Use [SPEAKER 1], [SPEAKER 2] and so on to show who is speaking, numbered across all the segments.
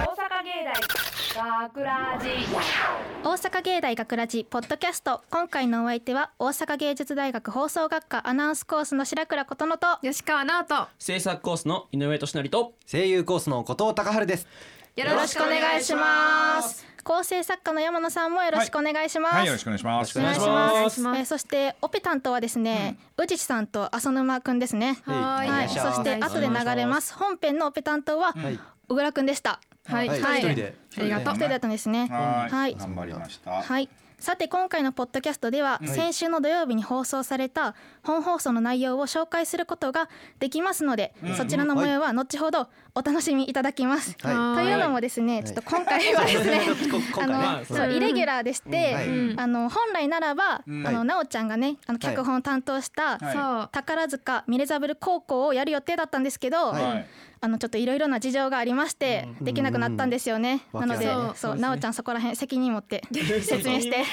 [SPEAKER 1] 大学ラジ
[SPEAKER 2] 大阪芸大学ラジポッドキャスト今回のお相手は大阪芸術大学放送学科アナウンスコースの白倉琴乃と
[SPEAKER 3] 吉川直人よ
[SPEAKER 4] 制作コースの井上俊成と
[SPEAKER 5] 声優コースの後藤隆春です。
[SPEAKER 2] ろしくお願いします構成作家の山野さんもよろしくお願いします、
[SPEAKER 6] はい、よろしくお願いします。
[SPEAKER 2] お願いし
[SPEAKER 4] お願いし
[SPEAKER 2] まえ
[SPEAKER 4] ますす
[SPEAKER 2] ーそしてオペ担当はですね、宇治地さんと浅沼くんですね
[SPEAKER 3] はーい
[SPEAKER 2] は、
[SPEAKER 5] はいい
[SPEAKER 2] そ
[SPEAKER 5] お願いします
[SPEAKER 2] して後で流れます本編のオペ担当は
[SPEAKER 5] はい。
[SPEAKER 2] 小倉くんでした
[SPEAKER 3] はい、
[SPEAKER 5] はい
[SPEAKER 2] はい
[SPEAKER 5] 一人で。
[SPEAKER 3] ありがと
[SPEAKER 2] 一
[SPEAKER 3] う
[SPEAKER 2] 人だったんですね
[SPEAKER 6] は
[SPEAKER 2] はい
[SPEAKER 6] い、頑張りました。
[SPEAKER 2] はい。さて今回のポッドキャストでは、
[SPEAKER 5] い
[SPEAKER 2] 先週の土曜日に放送された本放送の内容を紹介することができますので、そちらの模様は後ほどお楽しみいただきます。
[SPEAKER 5] は
[SPEAKER 2] というのもですね、ちょっと今回はですね、
[SPEAKER 5] こ今
[SPEAKER 2] あ
[SPEAKER 5] 回
[SPEAKER 2] の
[SPEAKER 5] ね。
[SPEAKER 2] そうイレギュラーでして、
[SPEAKER 5] はい
[SPEAKER 2] あの本来ならば、あの
[SPEAKER 5] はい
[SPEAKER 2] なおちゃんがねあの脚本を担当した、
[SPEAKER 6] はい
[SPEAKER 3] そう
[SPEAKER 2] 宝塚ミレザブル高校をやる予定だったんですけど、
[SPEAKER 6] はい
[SPEAKER 2] あのちょっといろいろな事情がありまして、できなくなったんですよね。
[SPEAKER 5] うん
[SPEAKER 2] なので、
[SPEAKER 5] わ
[SPEAKER 2] そう、なおちゃんそこら辺責任持 って説明して。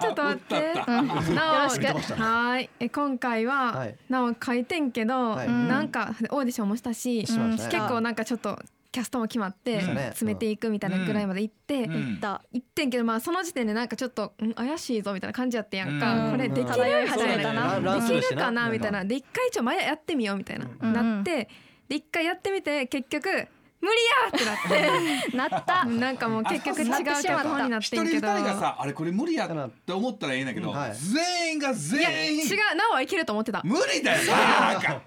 [SPEAKER 3] ちょっと待って
[SPEAKER 2] うん
[SPEAKER 3] なお
[SPEAKER 2] よろしく
[SPEAKER 3] はーいえ今回は、
[SPEAKER 5] はい
[SPEAKER 3] なお書いてんけど、
[SPEAKER 5] はい
[SPEAKER 3] なんかオーディションもしたし、
[SPEAKER 5] しましたね
[SPEAKER 3] 結構なんかちょっとキャストも決まって
[SPEAKER 5] そうね
[SPEAKER 3] 詰めていくみたいなぐらいまで行って、行
[SPEAKER 6] うん
[SPEAKER 2] だ
[SPEAKER 3] ってんけどまあその時点でなんかちょっと、ん怪しいぞみたいな感じやってんやんか、
[SPEAKER 2] うん
[SPEAKER 3] これできるみ
[SPEAKER 2] 漂い始
[SPEAKER 3] た
[SPEAKER 2] め
[SPEAKER 3] い
[SPEAKER 2] た
[SPEAKER 3] な
[SPEAKER 2] な
[SPEAKER 5] ランランス
[SPEAKER 3] で
[SPEAKER 5] ル
[SPEAKER 3] き
[SPEAKER 5] して
[SPEAKER 3] るかなみたい
[SPEAKER 5] ん
[SPEAKER 3] なで一回ちょ前やってみようみたいな、
[SPEAKER 2] ん
[SPEAKER 3] なってで一回やってみて結局無理やってなって
[SPEAKER 2] なった。
[SPEAKER 3] なんかもう結局違う
[SPEAKER 2] なってしまった
[SPEAKER 3] 脚本になっ
[SPEAKER 6] 一
[SPEAKER 3] て
[SPEAKER 6] 人
[SPEAKER 3] ん
[SPEAKER 6] 二
[SPEAKER 3] け
[SPEAKER 6] 人
[SPEAKER 3] ど
[SPEAKER 6] がさ、あれこれ無理やって思ったらええんだけ
[SPEAKER 5] う
[SPEAKER 6] ど
[SPEAKER 5] んはい、
[SPEAKER 6] 全員が
[SPEAKER 3] いや違
[SPEAKER 6] 全員
[SPEAKER 3] うなおはいけると思ってた
[SPEAKER 6] 無理だよな。なんか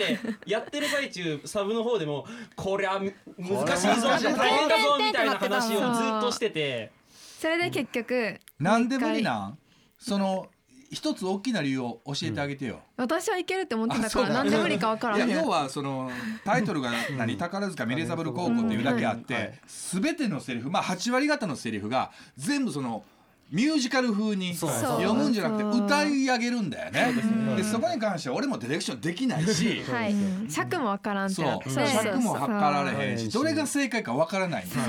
[SPEAKER 4] えだってやってる最中サブの方でもこりゃ難しいぞ
[SPEAKER 5] 難しいぞ
[SPEAKER 4] 大変だぞみたいな話をずっとしてて
[SPEAKER 3] それで結局
[SPEAKER 6] なんで無理なん？その一つ大きな理由を教えてあげてよ。
[SPEAKER 3] 私はいけるって思ってたから
[SPEAKER 6] あそうだ
[SPEAKER 3] なんで無理か分から
[SPEAKER 6] い
[SPEAKER 3] へ
[SPEAKER 6] や
[SPEAKER 3] ん
[SPEAKER 6] 要はそのタイトルが何宝塚ミレザブル高校っていうだけあっ
[SPEAKER 5] うんは
[SPEAKER 6] て
[SPEAKER 5] い
[SPEAKER 6] 全てのセリフまあ8割方のセリフが全部そのミュージカル風に
[SPEAKER 5] そう
[SPEAKER 6] 読むんじゃなく
[SPEAKER 3] そ
[SPEAKER 6] て
[SPEAKER 3] う
[SPEAKER 6] 歌い上げるんだよね。でそこに関しては俺もディレクションできないし。
[SPEAKER 2] はい。
[SPEAKER 3] 尺も分からんってなっ
[SPEAKER 6] そ
[SPEAKER 3] て
[SPEAKER 6] う
[SPEAKER 2] そう
[SPEAKER 6] 尺も測られへん
[SPEAKER 5] そう
[SPEAKER 6] しどれが正解かわからないんですよ。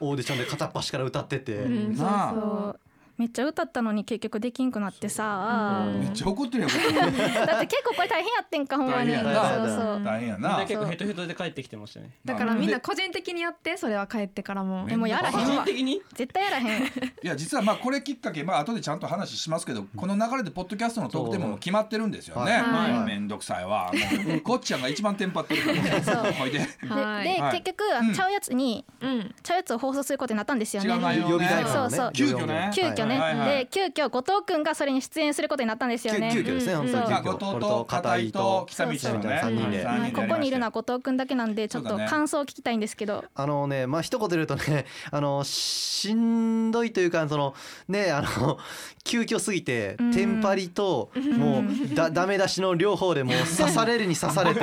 [SPEAKER 5] オーディションで片っ端から歌ってて。
[SPEAKER 3] うんそう
[SPEAKER 6] なあ
[SPEAKER 3] そう
[SPEAKER 2] めっちゃ歌ったのに結局できんくなってさ、
[SPEAKER 6] めっちゃ怒ってるやんこ れ。
[SPEAKER 2] だって結構これ大変やってんかほんまに
[SPEAKER 6] 大
[SPEAKER 2] そう
[SPEAKER 6] 変やな
[SPEAKER 2] そう
[SPEAKER 6] 大変や
[SPEAKER 4] みん
[SPEAKER 6] な
[SPEAKER 4] な。結構ヘトヘトで帰ってきてましたね
[SPEAKER 3] だからみんな個人的にやってそれは帰ってからも
[SPEAKER 2] でもやらへ
[SPEAKER 4] 個
[SPEAKER 2] ん
[SPEAKER 4] 人
[SPEAKER 2] わ
[SPEAKER 4] 的に
[SPEAKER 2] 絶対やらへん
[SPEAKER 6] いや実はまあこれきっかけまあ後でちゃんと話しますけどこの流れでポッドキャストのトークテーマも決まってるんですよね。
[SPEAKER 5] はい
[SPEAKER 3] はい
[SPEAKER 6] はいめんどくさい わ。もうこっちゃんが一番テンパってるから。 ほいで
[SPEAKER 2] で
[SPEAKER 3] はい
[SPEAKER 2] で
[SPEAKER 6] はい
[SPEAKER 2] 結局あのちゃうやつに
[SPEAKER 3] うん
[SPEAKER 2] ちゃうやつを放送することになったんですよ
[SPEAKER 6] 違う
[SPEAKER 2] ね
[SPEAKER 6] 内容
[SPEAKER 5] 呼びたい
[SPEAKER 6] ね。
[SPEAKER 2] そうそう
[SPEAKER 6] 急遽ね
[SPEAKER 2] 急遽ね
[SPEAKER 6] はいはい
[SPEAKER 2] で急遽後藤くんがそれに出演することになったんですよね
[SPEAKER 5] 急急遽ですね。
[SPEAKER 3] うん
[SPEAKER 5] 本
[SPEAKER 2] そう
[SPEAKER 5] 当に
[SPEAKER 6] ま
[SPEAKER 5] 急
[SPEAKER 6] あ後
[SPEAKER 5] 遽。
[SPEAKER 6] 藤と片井と北道のね
[SPEAKER 5] そうそう
[SPEAKER 2] は
[SPEAKER 6] 三
[SPEAKER 2] い
[SPEAKER 6] 人で
[SPEAKER 2] こ
[SPEAKER 6] やりましたよ
[SPEAKER 2] こにいるのは後藤くんだけなんでちょっ
[SPEAKER 6] そ
[SPEAKER 2] と
[SPEAKER 6] うだね
[SPEAKER 2] 感想を聞きたいんですけど
[SPEAKER 5] あのねまあ一言で言うとね あのしんどいというかそのねあの 急遽すぎて
[SPEAKER 2] うん
[SPEAKER 5] テンパりとも うだダメ出しの両方でもう刺されるに刺されて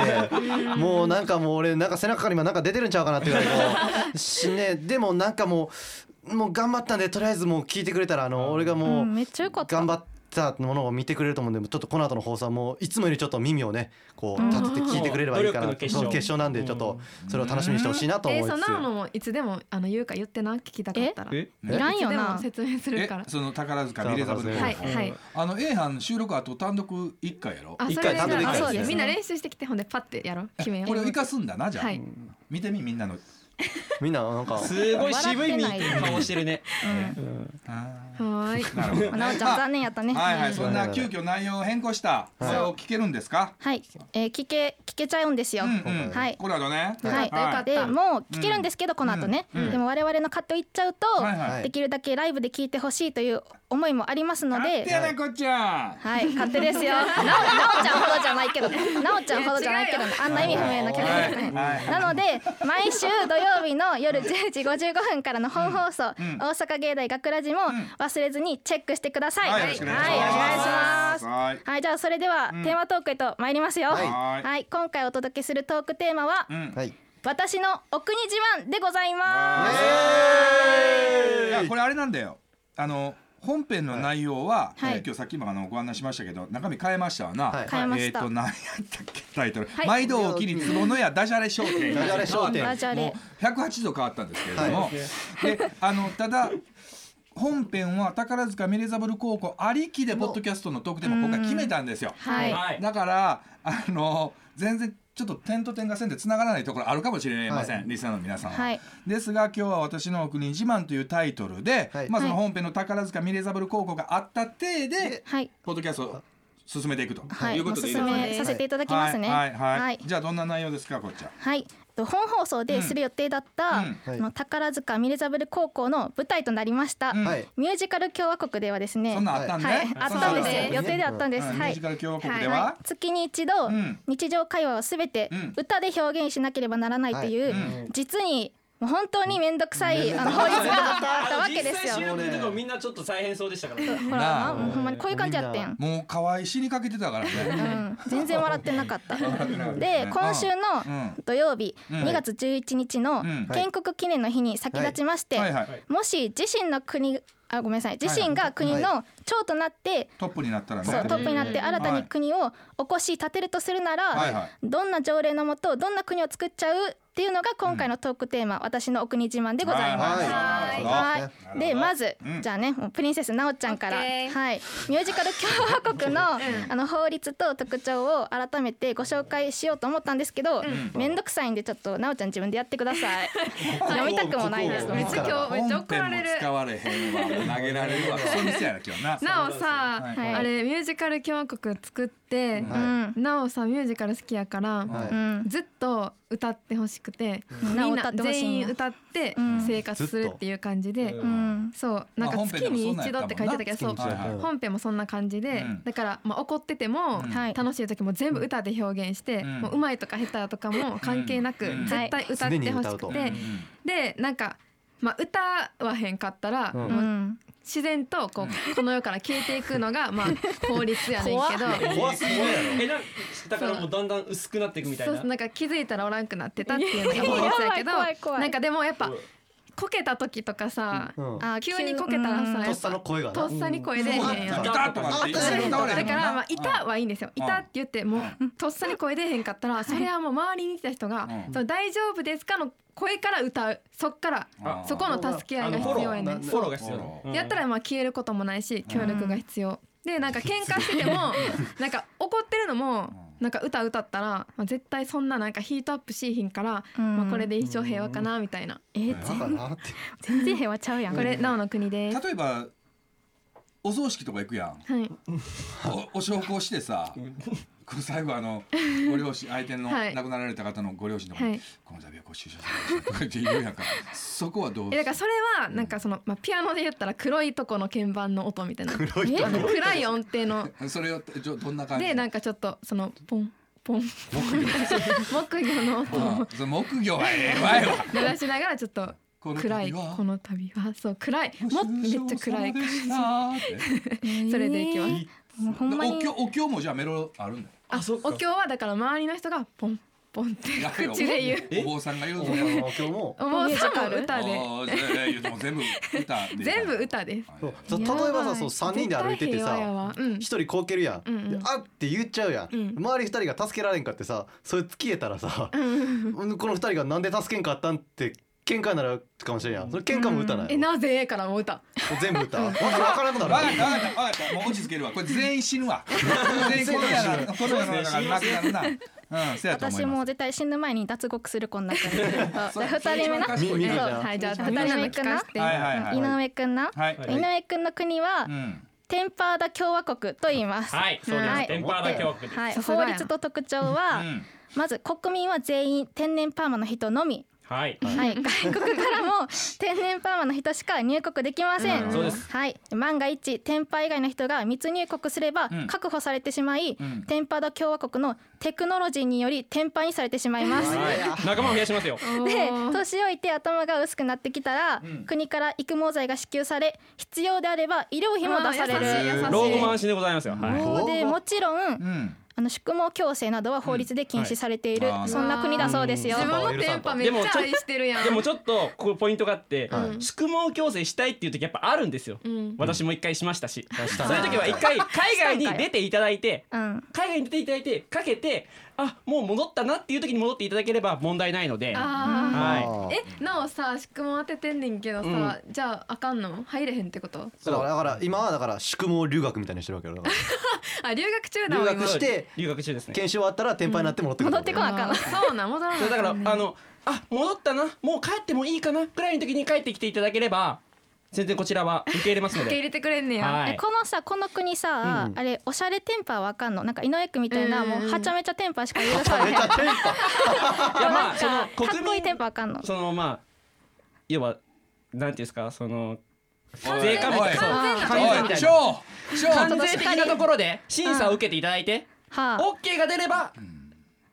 [SPEAKER 5] もうなんかもう俺なんか背中から今なんか出てるんちゃうかなってぐらいもうしねでもなんかもうもう頑張ったんでとりあえずもう聞いてくれたらあの俺が
[SPEAKER 2] う
[SPEAKER 5] もうん
[SPEAKER 2] めっちゃよかった
[SPEAKER 5] 頑張ったものを見てくれると思うんでちょっとこの後の放送はもういつもよりちょっと耳をねこう立てて聞いてくれればいい
[SPEAKER 4] う
[SPEAKER 5] か
[SPEAKER 4] ん
[SPEAKER 5] な
[SPEAKER 4] 努力の結
[SPEAKER 5] そ
[SPEAKER 4] 晶
[SPEAKER 5] う決勝なんでちょっとそれを楽しみにしてほしいなと思い
[SPEAKER 3] え
[SPEAKER 5] つ
[SPEAKER 3] そん
[SPEAKER 5] つ。
[SPEAKER 3] なのもいつでもあの言うか言ってな聞きたかったら
[SPEAKER 4] え
[SPEAKER 2] いらんよない
[SPEAKER 3] つでも説明する
[SPEAKER 6] え
[SPEAKER 3] から
[SPEAKER 6] その宝塚ミレザブル高校
[SPEAKER 3] はいはい
[SPEAKER 6] あの A 班収録後単独一回やろ
[SPEAKER 3] あ
[SPEAKER 5] 一
[SPEAKER 3] そ
[SPEAKER 5] 回
[SPEAKER 3] れじゃ
[SPEAKER 5] 単独一
[SPEAKER 3] あ
[SPEAKER 5] 回
[SPEAKER 3] そ
[SPEAKER 2] で
[SPEAKER 3] う
[SPEAKER 2] す
[SPEAKER 3] で
[SPEAKER 2] ね
[SPEAKER 3] すみんな練習してきてほんでパッてやろう決めよう
[SPEAKER 6] これを生かすんだなじゃあ、
[SPEAKER 3] はい
[SPEAKER 6] 見てみみんなの
[SPEAKER 5] みんななんか
[SPEAKER 4] すごい渋い顔してるね
[SPEAKER 6] あ
[SPEAKER 3] はーい
[SPEAKER 6] ーなるほど
[SPEAKER 2] なおちゃん残念やったね
[SPEAKER 6] はいはいそんな急遽内容を変更したそれを聞けるんですか、
[SPEAKER 2] はい、えー聞け聞けちゃうんですよ。
[SPEAKER 6] うんうん
[SPEAKER 2] はい。
[SPEAKER 6] これあのね
[SPEAKER 3] よかったよか
[SPEAKER 6] は
[SPEAKER 3] っ
[SPEAKER 2] で
[SPEAKER 3] た
[SPEAKER 2] もう聞けるんですけど、この後ね、でも我々の勝手を言っちゃうと、
[SPEAKER 6] はいはい
[SPEAKER 2] できるだけライブで聞いてほしいという思いもありますの
[SPEAKER 6] 勝手
[SPEAKER 2] で
[SPEAKER 6] やなこっちゃん
[SPEAKER 2] はい勝手 ですよなおなおちゃんほどじゃないけどなおちゃんほどじゃないけどあんな意味不明な曲
[SPEAKER 6] はい
[SPEAKER 2] ですね
[SPEAKER 6] はい
[SPEAKER 2] なので毎週土曜日の夜10時55分からの本放送、大阪芸大学ラジも忘れずにチェックしてください、
[SPEAKER 6] はいよろしくお願いします
[SPEAKER 2] はいお願いします
[SPEAKER 6] はい
[SPEAKER 2] はい、じゃあそれでは、テーマトークへと参りますよ。
[SPEAKER 6] はい
[SPEAKER 2] はい、今回お届けするトークテーマは、
[SPEAKER 6] うん
[SPEAKER 5] はい。
[SPEAKER 2] 私のお国自慢でございます。
[SPEAKER 6] いやこれあれなんだよあの本編の内容は、
[SPEAKER 2] はい
[SPEAKER 6] えー今日さっきもあのご案内しましたけど中身変えましたわな、
[SPEAKER 5] はい
[SPEAKER 2] 変えました
[SPEAKER 6] えっ、と何やったっけタイトル、
[SPEAKER 2] はい
[SPEAKER 6] 毎度おきに壺の屋ダジャレ商店
[SPEAKER 5] ダジャレ商店
[SPEAKER 2] ダジャレ
[SPEAKER 6] もう108度変わったんですけれども、
[SPEAKER 5] は
[SPEAKER 6] であのただ本編は宝塚ミレザブル高校ありきでポッドキャストのトークテーマ今回決めたんですよ。
[SPEAKER 2] はい、
[SPEAKER 4] はい
[SPEAKER 6] だからあの全然ちょっと点と点が線で繋がらないところあるかもしれません、
[SPEAKER 5] は
[SPEAKER 6] リスナーの皆さんは、
[SPEAKER 2] はい
[SPEAKER 6] ですが今日は「私のお国自慢」というタイトルで、
[SPEAKER 5] はい
[SPEAKER 6] まあその本編の宝塚ミレーザブル高校があった体で
[SPEAKER 2] はい
[SPEAKER 6] ポッドキャストを進めていくと
[SPEAKER 2] はい
[SPEAKER 6] いう
[SPEAKER 2] お
[SPEAKER 6] ことでいいですすか
[SPEAKER 2] めさせていただきますね
[SPEAKER 6] はいはいはい
[SPEAKER 2] はい
[SPEAKER 6] じゃあどんな内容ですかこっちゃん
[SPEAKER 2] はいと本放送でする予定だった、
[SPEAKER 6] うん
[SPEAKER 5] うん
[SPEAKER 2] あの宝塚ミレザブル高校の舞台となりました、
[SPEAKER 6] うん
[SPEAKER 5] はい
[SPEAKER 2] ミュージカル共和国ではですね
[SPEAKER 6] そんなんあったんね、
[SPEAKER 2] はい、あったんです
[SPEAKER 6] そうそう
[SPEAKER 2] よ予定ではあったんです、
[SPEAKER 6] うんミ
[SPEAKER 2] は
[SPEAKER 6] ュ
[SPEAKER 2] い
[SPEAKER 6] ージカル共和国では、
[SPEAKER 2] はい月に一度、
[SPEAKER 6] うん
[SPEAKER 2] 日常会話をすべて
[SPEAKER 6] うん
[SPEAKER 2] 歌で表現しなければならないという、
[SPEAKER 6] はい
[SPEAKER 2] 実にもう本当に面倒くさい、あの法律があったわけですよ
[SPEAKER 4] 実際収。録の時もみんなちょっと大変そうでしたからね
[SPEAKER 2] ほら、
[SPEAKER 6] な
[SPEAKER 2] ま
[SPEAKER 6] あ
[SPEAKER 2] もうほんまにこういう感じやってん。
[SPEAKER 6] もう可愛い死にかけてたから
[SPEAKER 2] う
[SPEAKER 6] ね。
[SPEAKER 2] ん、全然笑ってなかった。
[SPEAKER 6] ね
[SPEAKER 2] で、今週の土曜日、
[SPEAKER 6] うん
[SPEAKER 2] 2月11日の
[SPEAKER 6] うん
[SPEAKER 2] 建国記念の日に先立ちまして、
[SPEAKER 6] はいはい。
[SPEAKER 2] もし自身の国、あ、ごめんなさい、自身が国の長となって、
[SPEAKER 6] トップになったらね。
[SPEAKER 2] そうトップになって
[SPEAKER 6] うん
[SPEAKER 2] 新たに国を起こし立てるとするなら、
[SPEAKER 6] はいはい
[SPEAKER 2] どんな条例のもとどんな国を作っちゃうっていうのが今回のトークテーマ、私のお国自慢でございます。
[SPEAKER 6] はい
[SPEAKER 2] はい
[SPEAKER 5] はい
[SPEAKER 2] でまず、
[SPEAKER 6] うん
[SPEAKER 2] じゃあねもうプリンセスなおちゃんから、
[SPEAKER 3] オッケー
[SPEAKER 2] はい、ミュージカル共和国 のあの法律と特徴を改めてご紹介しようと思ったんですけど、めんどくさいんでちょっとなおちゃん自分でやってください読みたくもないです
[SPEAKER 6] ここ
[SPEAKER 3] めっちゃ今日めっちゃ怒られる
[SPEAKER 6] 本編も使われへんわ。投げられるわ。クソ店やな今日な。
[SPEAKER 3] なおさ、
[SPEAKER 6] はい
[SPEAKER 2] はい
[SPEAKER 3] あれミュージカル共和国作って、
[SPEAKER 2] う
[SPEAKER 5] は
[SPEAKER 2] ん、
[SPEAKER 3] なおさミュージカル好きやから、
[SPEAKER 5] は
[SPEAKER 2] う
[SPEAKER 5] い
[SPEAKER 2] ん、
[SPEAKER 3] ずっと歌ってほしくて、
[SPEAKER 2] な
[SPEAKER 3] み
[SPEAKER 2] お
[SPEAKER 3] ん
[SPEAKER 2] 歌っ
[SPEAKER 3] な
[SPEAKER 2] てほしい
[SPEAKER 3] 全
[SPEAKER 2] ん
[SPEAKER 3] 員
[SPEAKER 2] や
[SPEAKER 3] 歌って
[SPEAKER 2] うん
[SPEAKER 3] 生活するっていう感じで、
[SPEAKER 4] ずっと
[SPEAKER 2] うん
[SPEAKER 3] そうなん
[SPEAKER 6] ま
[SPEAKER 3] か
[SPEAKER 6] あ
[SPEAKER 3] 月に一度って書いてたけど、
[SPEAKER 5] 本
[SPEAKER 3] そう
[SPEAKER 5] 編でもそんなんやったもんな
[SPEAKER 3] 本編もそんな感じで、
[SPEAKER 6] うん
[SPEAKER 3] だからまあ怒ってても、
[SPEAKER 6] うん
[SPEAKER 2] はい
[SPEAKER 3] 楽しい時も全部歌で表現して、
[SPEAKER 6] うん
[SPEAKER 3] もう上手いとか下手とかも関係なく、
[SPEAKER 6] うん
[SPEAKER 3] 絶対歌ってほしくて、
[SPEAKER 2] は
[SPEAKER 6] う
[SPEAKER 2] い
[SPEAKER 6] ん
[SPEAKER 3] でなんか、まあ、歌わへんかったら、
[SPEAKER 5] うん
[SPEAKER 2] う、
[SPEAKER 3] もうん自然とこう、この世から消えていくのが、まあ、法律やねんけど。
[SPEAKER 5] 怖すぎるやろ
[SPEAKER 4] えなんだからもうだんだん薄くなっていくみたい
[SPEAKER 3] そうそう
[SPEAKER 4] な
[SPEAKER 3] なんか気づいたらおらんくなってたっていうのが法律やけど
[SPEAKER 2] 怖い怖い怖い
[SPEAKER 3] なんかでもやっぱこけた時とかさ、
[SPEAKER 5] うん
[SPEAKER 2] あ
[SPEAKER 3] 急にこけたらさ、
[SPEAKER 5] とっさの声が
[SPEAKER 3] と
[SPEAKER 5] な
[SPEAKER 3] っさに声出えへんやん。
[SPEAKER 6] ビ
[SPEAKER 4] そ
[SPEAKER 6] タ
[SPEAKER 3] だ
[SPEAKER 4] う
[SPEAKER 6] ッとなって一緒に歌われへんもんな
[SPEAKER 3] から、まあ、いたはいいんですよ。いたって言って、も
[SPEAKER 6] う
[SPEAKER 3] う、とっさに声出えへんかったら、それはもう周りにいた人が
[SPEAKER 6] う、ん
[SPEAKER 3] その大丈夫ですかの声から歌う。そっから
[SPEAKER 6] あ、
[SPEAKER 3] そこの助け合いが必要やね
[SPEAKER 4] あの
[SPEAKER 3] ん。
[SPEAKER 4] フォローフォローが必要
[SPEAKER 6] う
[SPEAKER 4] な
[SPEAKER 3] やったらまあ消えることもないし協力が必要、でなんか喧嘩しててもなんか怒ってるのもなんか歌歌ったら、まあ、絶対そんななんかヒートアップしいひんから、
[SPEAKER 2] うん
[SPEAKER 3] まあ、これで一生平和かなみたいな、
[SPEAKER 2] え
[SPEAKER 5] だからなって
[SPEAKER 2] 全然平和ちゃうやん
[SPEAKER 3] これなおの国です、
[SPEAKER 6] 例えばお葬式とか行くやん。
[SPEAKER 3] はい、
[SPEAKER 6] おお焼香してさ。こう最後あのご両親相手の
[SPEAKER 3] はい
[SPEAKER 6] 亡くなられた方のご両親のとか
[SPEAKER 3] はい
[SPEAKER 6] にこの度はご出所されましたとかって言うやんか。そこはどう
[SPEAKER 3] えだからそれはなんかその、まあ、ピアノで言ったら黒いとこの鍵盤の音みたいな
[SPEAKER 5] 黒い
[SPEAKER 3] あの暗い音程の
[SPEAKER 6] それをちょどんな感じ
[SPEAKER 3] でなんかちょっとそのポンポン木魚の音
[SPEAKER 6] う
[SPEAKER 3] を
[SPEAKER 6] んその木魚はええわえわ
[SPEAKER 3] 流しながらちょっと
[SPEAKER 6] この度は
[SPEAKER 3] 暗いこの旅はそう暗いもっとめっちゃ暗い感じ
[SPEAKER 6] じ
[SPEAKER 3] それでいきます
[SPEAKER 2] もうほんま
[SPEAKER 6] お
[SPEAKER 2] に
[SPEAKER 6] 経お経もじゃあメロあるんだよ
[SPEAKER 3] あ
[SPEAKER 4] そっか
[SPEAKER 3] お経はだから周りの人がポンポンって
[SPEAKER 6] だから
[SPEAKER 3] 口で言う
[SPEAKER 6] お坊さんが言うの
[SPEAKER 5] も
[SPEAKER 6] よ
[SPEAKER 5] う今日も
[SPEAKER 3] お坊さんも
[SPEAKER 2] ミュージ
[SPEAKER 3] 歌で
[SPEAKER 6] おーぜ言うても全部歌で
[SPEAKER 3] 全部歌です
[SPEAKER 5] そう
[SPEAKER 6] は
[SPEAKER 5] そう例えばさそう三人で歩いてて
[SPEAKER 3] 絶対平和や
[SPEAKER 5] さ
[SPEAKER 3] わうん
[SPEAKER 5] 一人こうけるやん、
[SPEAKER 3] うんうん
[SPEAKER 5] であって言っちゃうや
[SPEAKER 3] う
[SPEAKER 5] ん、
[SPEAKER 3] ん
[SPEAKER 5] 周り二人が助けられんかってさそれ消えたらさ、この二人がなんで助けんかったんって喧嘩になるかもしれんやんそれ喧嘩も打たない、
[SPEAKER 3] えなぜからも歌
[SPEAKER 5] 全部打ったわけわからなく
[SPEAKER 6] い
[SPEAKER 5] な
[SPEAKER 6] わ
[SPEAKER 5] る
[SPEAKER 6] かったわかったわかったもう落ち着けるわこれ全員死ぬわ全員この世の中この世の中がなくなるなうんそうやと思
[SPEAKER 2] 私
[SPEAKER 6] い
[SPEAKER 2] もう
[SPEAKER 6] ます
[SPEAKER 2] 絶対死ぬ前に脱獄するこんな感じ。じゃ
[SPEAKER 6] そう
[SPEAKER 2] 二人目な。
[SPEAKER 6] 一番賢い
[SPEAKER 5] み
[SPEAKER 3] え
[SPEAKER 5] み
[SPEAKER 3] そう
[SPEAKER 5] るじゃん
[SPEAKER 3] はいじゃあ
[SPEAKER 2] じゃ
[SPEAKER 3] 二
[SPEAKER 2] あ
[SPEAKER 3] 人目聞かせて
[SPEAKER 6] はい はいはい
[SPEAKER 2] 井上くんな。
[SPEAKER 6] はい
[SPEAKER 4] は
[SPEAKER 2] 井上くんの国は、
[SPEAKER 6] うん
[SPEAKER 2] テンパーダ共和国と言います。
[SPEAKER 4] はいそうです
[SPEAKER 2] はい
[SPEAKER 4] テンパーダ教国です
[SPEAKER 2] はい、
[SPEAKER 3] さすが
[SPEAKER 2] 法
[SPEAKER 3] や
[SPEAKER 2] 律と特徴は、
[SPEAKER 6] うん
[SPEAKER 2] まず国民は全員天然パーマの人のみ。
[SPEAKER 4] はい
[SPEAKER 2] はい、外国からも天然パーマの人しか入国できません。
[SPEAKER 4] うんそうです
[SPEAKER 2] はい、万が一天パー以外の人が密入国すれば
[SPEAKER 6] うん
[SPEAKER 2] 確保されてしまい、
[SPEAKER 6] うん
[SPEAKER 2] テンパーダ共和国のテクノロジーにより天パーにされてしまいます。
[SPEAKER 4] はい仲間を増やしますよ
[SPEAKER 2] で
[SPEAKER 3] おー
[SPEAKER 2] 年老いて頭が薄くなってきたら、
[SPEAKER 6] うん
[SPEAKER 2] 国から育毛剤が支給され必要であれば医療費も出され
[SPEAKER 3] あー優しい優し
[SPEAKER 2] る
[SPEAKER 3] い
[SPEAKER 4] 老後も安心でございますよはい
[SPEAKER 5] もう
[SPEAKER 2] でもちろん
[SPEAKER 6] うん
[SPEAKER 2] あの宿毛矯正などは法律で禁止されている、
[SPEAKER 6] うんはい
[SPEAKER 2] そんな国だそうですよ。
[SPEAKER 3] 自分のテンパめっちゃ愛してるやん
[SPEAKER 4] でもちょっとここポイントがあって、
[SPEAKER 3] はい
[SPEAKER 4] 宿毛矯正したいっていう時やっぱあるんですよ、
[SPEAKER 3] うん
[SPEAKER 4] 私も一回しましたし、
[SPEAKER 5] した
[SPEAKER 4] そういう時は一回海外に出ていただいて
[SPEAKER 2] うん
[SPEAKER 4] 海外に出ていただいてかけてあもう戻ったなっていう時に戻っていただければ問題ないので
[SPEAKER 3] あ
[SPEAKER 4] は
[SPEAKER 3] ーえなおさ宿問当ててんねんけどさ、じゃああかんの入れへんってこと
[SPEAKER 5] だからだから今はだから宿毛留学みたいにしてるわけよだか
[SPEAKER 3] あ留学中だわ
[SPEAKER 5] 留
[SPEAKER 4] い
[SPEAKER 5] 学して
[SPEAKER 4] 留学中です
[SPEAKER 5] ら
[SPEAKER 4] ね
[SPEAKER 5] 研修終わったら天杯になって戻ってくる
[SPEAKER 2] 戻ってこ
[SPEAKER 3] 今
[SPEAKER 2] なあかん
[SPEAKER 3] あーそうなん戻らな
[SPEAKER 4] そうだからあのあ戻ったなもう帰ってもいいかなぐらいの時に帰ってきていただければ全然こちらは受け入れますの
[SPEAKER 3] 受け入
[SPEAKER 4] で
[SPEAKER 3] れてくれんねや、
[SPEAKER 4] は
[SPEAKER 2] え
[SPEAKER 4] い
[SPEAKER 2] このさこの国さ、
[SPEAKER 5] うん
[SPEAKER 2] あれおしゃれテンパはわかんのなんか井上区みたいな、
[SPEAKER 3] うんうんうん
[SPEAKER 2] もうはちゃめちゃテンパしか許され
[SPEAKER 5] め
[SPEAKER 2] へ
[SPEAKER 5] っ
[SPEAKER 2] んか
[SPEAKER 5] ちゃ
[SPEAKER 2] っ
[SPEAKER 5] テンパ
[SPEAKER 4] いやまあその
[SPEAKER 2] こい
[SPEAKER 4] 国
[SPEAKER 2] いテ
[SPEAKER 4] 民
[SPEAKER 2] ンパわかんの
[SPEAKER 4] そのまあ要はなんていうんですかその
[SPEAKER 6] おい
[SPEAKER 4] 税関みたいな
[SPEAKER 6] おい
[SPEAKER 3] 完全
[SPEAKER 4] 完全み
[SPEAKER 6] おい
[SPEAKER 4] たい
[SPEAKER 6] シ
[SPEAKER 4] な
[SPEAKER 6] ョーショー
[SPEAKER 4] 完全的なところで審査を受けていただいて
[SPEAKER 2] はあ
[SPEAKER 4] OK が出れば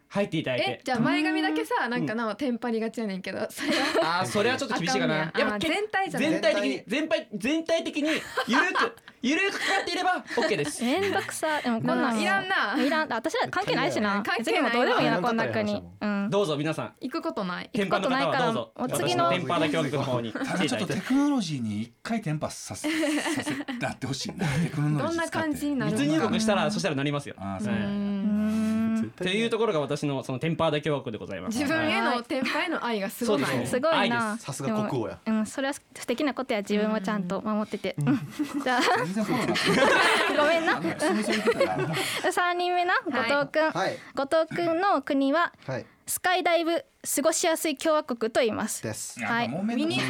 [SPEAKER 4] 入っていただい
[SPEAKER 3] え
[SPEAKER 4] て
[SPEAKER 3] じゃあ前髪だけさなんかなおテンパりがちやねんけどそれは
[SPEAKER 4] あーそれはちょっと厳しいかな
[SPEAKER 3] あかんねや
[SPEAKER 4] やっぱ
[SPEAKER 3] あー
[SPEAKER 4] け
[SPEAKER 3] 全体じゃない
[SPEAKER 4] 全体的に全体全体的に ゆるくゆるくかかっていれば OK です
[SPEAKER 2] めんどくさでもこんなん
[SPEAKER 3] なあいらんない
[SPEAKER 2] らん私ら関係ないしな
[SPEAKER 3] 関
[SPEAKER 2] 別
[SPEAKER 3] 係
[SPEAKER 2] にも
[SPEAKER 3] ない
[SPEAKER 2] どう
[SPEAKER 3] う
[SPEAKER 2] でもいい
[SPEAKER 5] いら
[SPEAKER 2] なんこんな
[SPEAKER 5] かったらいらん
[SPEAKER 2] 国
[SPEAKER 5] し
[SPEAKER 2] うん
[SPEAKER 4] どうぞ皆さん
[SPEAKER 3] 行くことない
[SPEAKER 4] 天パの方はどうぞ
[SPEAKER 2] 行くことないからもう
[SPEAKER 4] 私
[SPEAKER 2] 次
[SPEAKER 4] の
[SPEAKER 2] の
[SPEAKER 4] 天パの教育の方に来
[SPEAKER 6] た
[SPEAKER 4] て
[SPEAKER 6] だ
[SPEAKER 4] い
[SPEAKER 6] ち
[SPEAKER 4] ただ
[SPEAKER 6] ょっ
[SPEAKER 4] い
[SPEAKER 6] と
[SPEAKER 4] て
[SPEAKER 6] テクノロジーに一回テンパさせさせなってほしいなテクノロジー使って
[SPEAKER 3] どんな感じになるの
[SPEAKER 4] 密入国したらそしたらなりますよ。
[SPEAKER 6] あー
[SPEAKER 4] う
[SPEAKER 6] そうん
[SPEAKER 3] うん
[SPEAKER 4] っていうところが私のそのテンパーだけ枠でございます。
[SPEAKER 3] 自分
[SPEAKER 4] はい
[SPEAKER 3] へのテンパへの愛がすご
[SPEAKER 4] そう
[SPEAKER 3] ない
[SPEAKER 4] です
[SPEAKER 2] すごい
[SPEAKER 4] 愛
[SPEAKER 2] な
[SPEAKER 4] です
[SPEAKER 5] さすが国王や
[SPEAKER 2] でもうんそれは素敵なことや自分もちゃんと守ってて、うん じゃ
[SPEAKER 6] 全然フォローなくて
[SPEAKER 2] あごめんな
[SPEAKER 6] あのそもそも言ってたら
[SPEAKER 2] 三人目な後藤くん、
[SPEAKER 5] はい
[SPEAKER 2] 後藤くんの国は
[SPEAKER 5] はい
[SPEAKER 2] スカイダイブ過ごしやすい共和国と言います
[SPEAKER 5] です
[SPEAKER 2] はい
[SPEAKER 6] なんか揉め
[SPEAKER 3] 見
[SPEAKER 6] んの
[SPEAKER 3] に行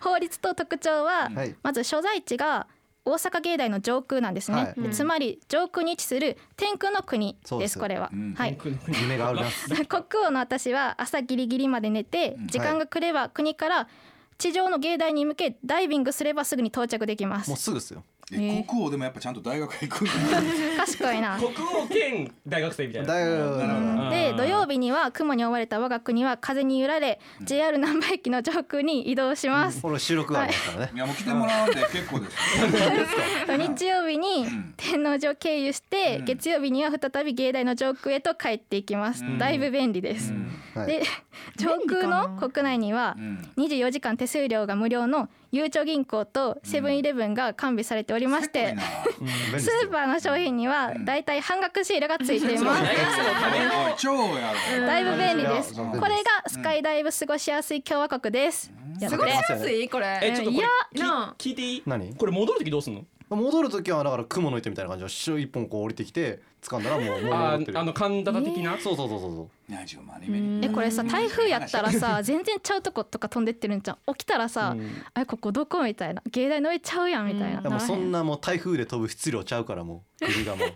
[SPEAKER 3] く
[SPEAKER 2] 法律と特徴は、
[SPEAKER 5] はい
[SPEAKER 2] まず所在地が大阪芸大の上空なんですね、
[SPEAKER 5] はい
[SPEAKER 2] でつまり上空に位置する天空の国です
[SPEAKER 5] そうです
[SPEAKER 2] これは、
[SPEAKER 6] うん
[SPEAKER 2] はい
[SPEAKER 5] 夢があるな
[SPEAKER 2] 国王の私は朝ギリギリまで寝て
[SPEAKER 6] うん
[SPEAKER 2] 時間が来れば国から地上の芸大に向けダイビングすればすぐに到着できま
[SPEAKER 5] もう
[SPEAKER 2] す
[SPEAKER 5] すぐっすよ
[SPEAKER 6] え国王でもやっぱちゃんと大学行くんだ
[SPEAKER 2] 賢い な
[SPEAKER 4] 国王兼大学生みたいな。
[SPEAKER 5] 大学
[SPEAKER 6] なるほど
[SPEAKER 4] うん
[SPEAKER 2] で土曜日には雲に覆われた我が国は風に揺られ JR 難波駅の上空に移動します、
[SPEAKER 5] これ収録がありますからね
[SPEAKER 6] いやもう来てもらわんで結構です
[SPEAKER 2] 日曜日に天王寺を経由して、
[SPEAKER 6] うん
[SPEAKER 2] 月曜日には再び芸大の上空へと帰っていきます、
[SPEAKER 6] うん
[SPEAKER 2] だいぶ便利です、
[SPEAKER 5] はい
[SPEAKER 2] で上空の国内には
[SPEAKER 6] うん
[SPEAKER 2] 24時間手数料が無料のゆうちょ銀行とセブンイレブンが完備されておりまして、
[SPEAKER 5] うん便利です
[SPEAKER 2] ス
[SPEAKER 5] よ
[SPEAKER 2] ーパーの商品にはだいたい半額シールがついています、
[SPEAKER 4] 大学生のための
[SPEAKER 6] おい超やろ
[SPEAKER 2] だいぶ便利です
[SPEAKER 5] いや
[SPEAKER 2] これがスカイダイブ過ごしやすい共和国です、やっ
[SPEAKER 3] 過
[SPEAKER 2] て
[SPEAKER 3] ごしやすいこれ
[SPEAKER 4] えちょっとこれ
[SPEAKER 3] いやなあ
[SPEAKER 4] き聞いていい？
[SPEAKER 5] 何
[SPEAKER 4] これ戻る時どうすんの？
[SPEAKER 5] 戻る時はだから雲の糸みたいな感じで白一本こう降りてきて掴んだらもうもう戻
[SPEAKER 4] あ
[SPEAKER 5] ってる
[SPEAKER 4] ーあの神田的な。
[SPEAKER 5] そうそうそうそうそう
[SPEAKER 6] 何十万人
[SPEAKER 2] えこれさ台風やったらさ全然ちゃうとことか飛んでってるんじゃん起きたらさ、
[SPEAKER 4] うん
[SPEAKER 2] あれここどこみたいな芸大の上ちゃうやんみたいな、
[SPEAKER 5] いやもうそん
[SPEAKER 2] な
[SPEAKER 5] なもう台風で飛ぶ質量ちゃうからもう首がもう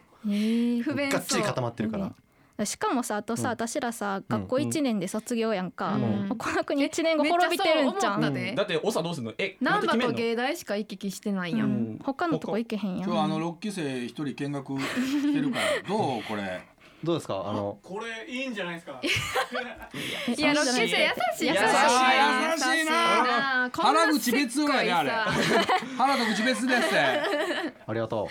[SPEAKER 3] 不便
[SPEAKER 5] がっち
[SPEAKER 3] そう
[SPEAKER 5] り固まってるから
[SPEAKER 2] らへんしかもさあとさ、私らさ学校1年で卒業やんか、
[SPEAKER 3] うん
[SPEAKER 2] もうこの国1年後滅びてるんじゃ
[SPEAKER 3] めっちゃそう思った
[SPEAKER 2] ん、
[SPEAKER 3] で
[SPEAKER 4] だって長どうすんの？え
[SPEAKER 3] 難波と
[SPEAKER 4] 決めん
[SPEAKER 3] 芸大しか行き来してないや
[SPEAKER 2] うんん他のとこ行けへんや
[SPEAKER 6] 今日あ
[SPEAKER 2] ん
[SPEAKER 6] の六期生一人見学してるからどうこれ
[SPEAKER 5] どうですかあの
[SPEAKER 7] これいいんじゃないですか。
[SPEAKER 2] え
[SPEAKER 3] いや六級生優しい
[SPEAKER 4] 優しい
[SPEAKER 6] 優しいな
[SPEAKER 3] なこんな
[SPEAKER 6] 腹口別ぐらいであれ
[SPEAKER 3] せっこい
[SPEAKER 6] 腹と口別ですって
[SPEAKER 5] ありがと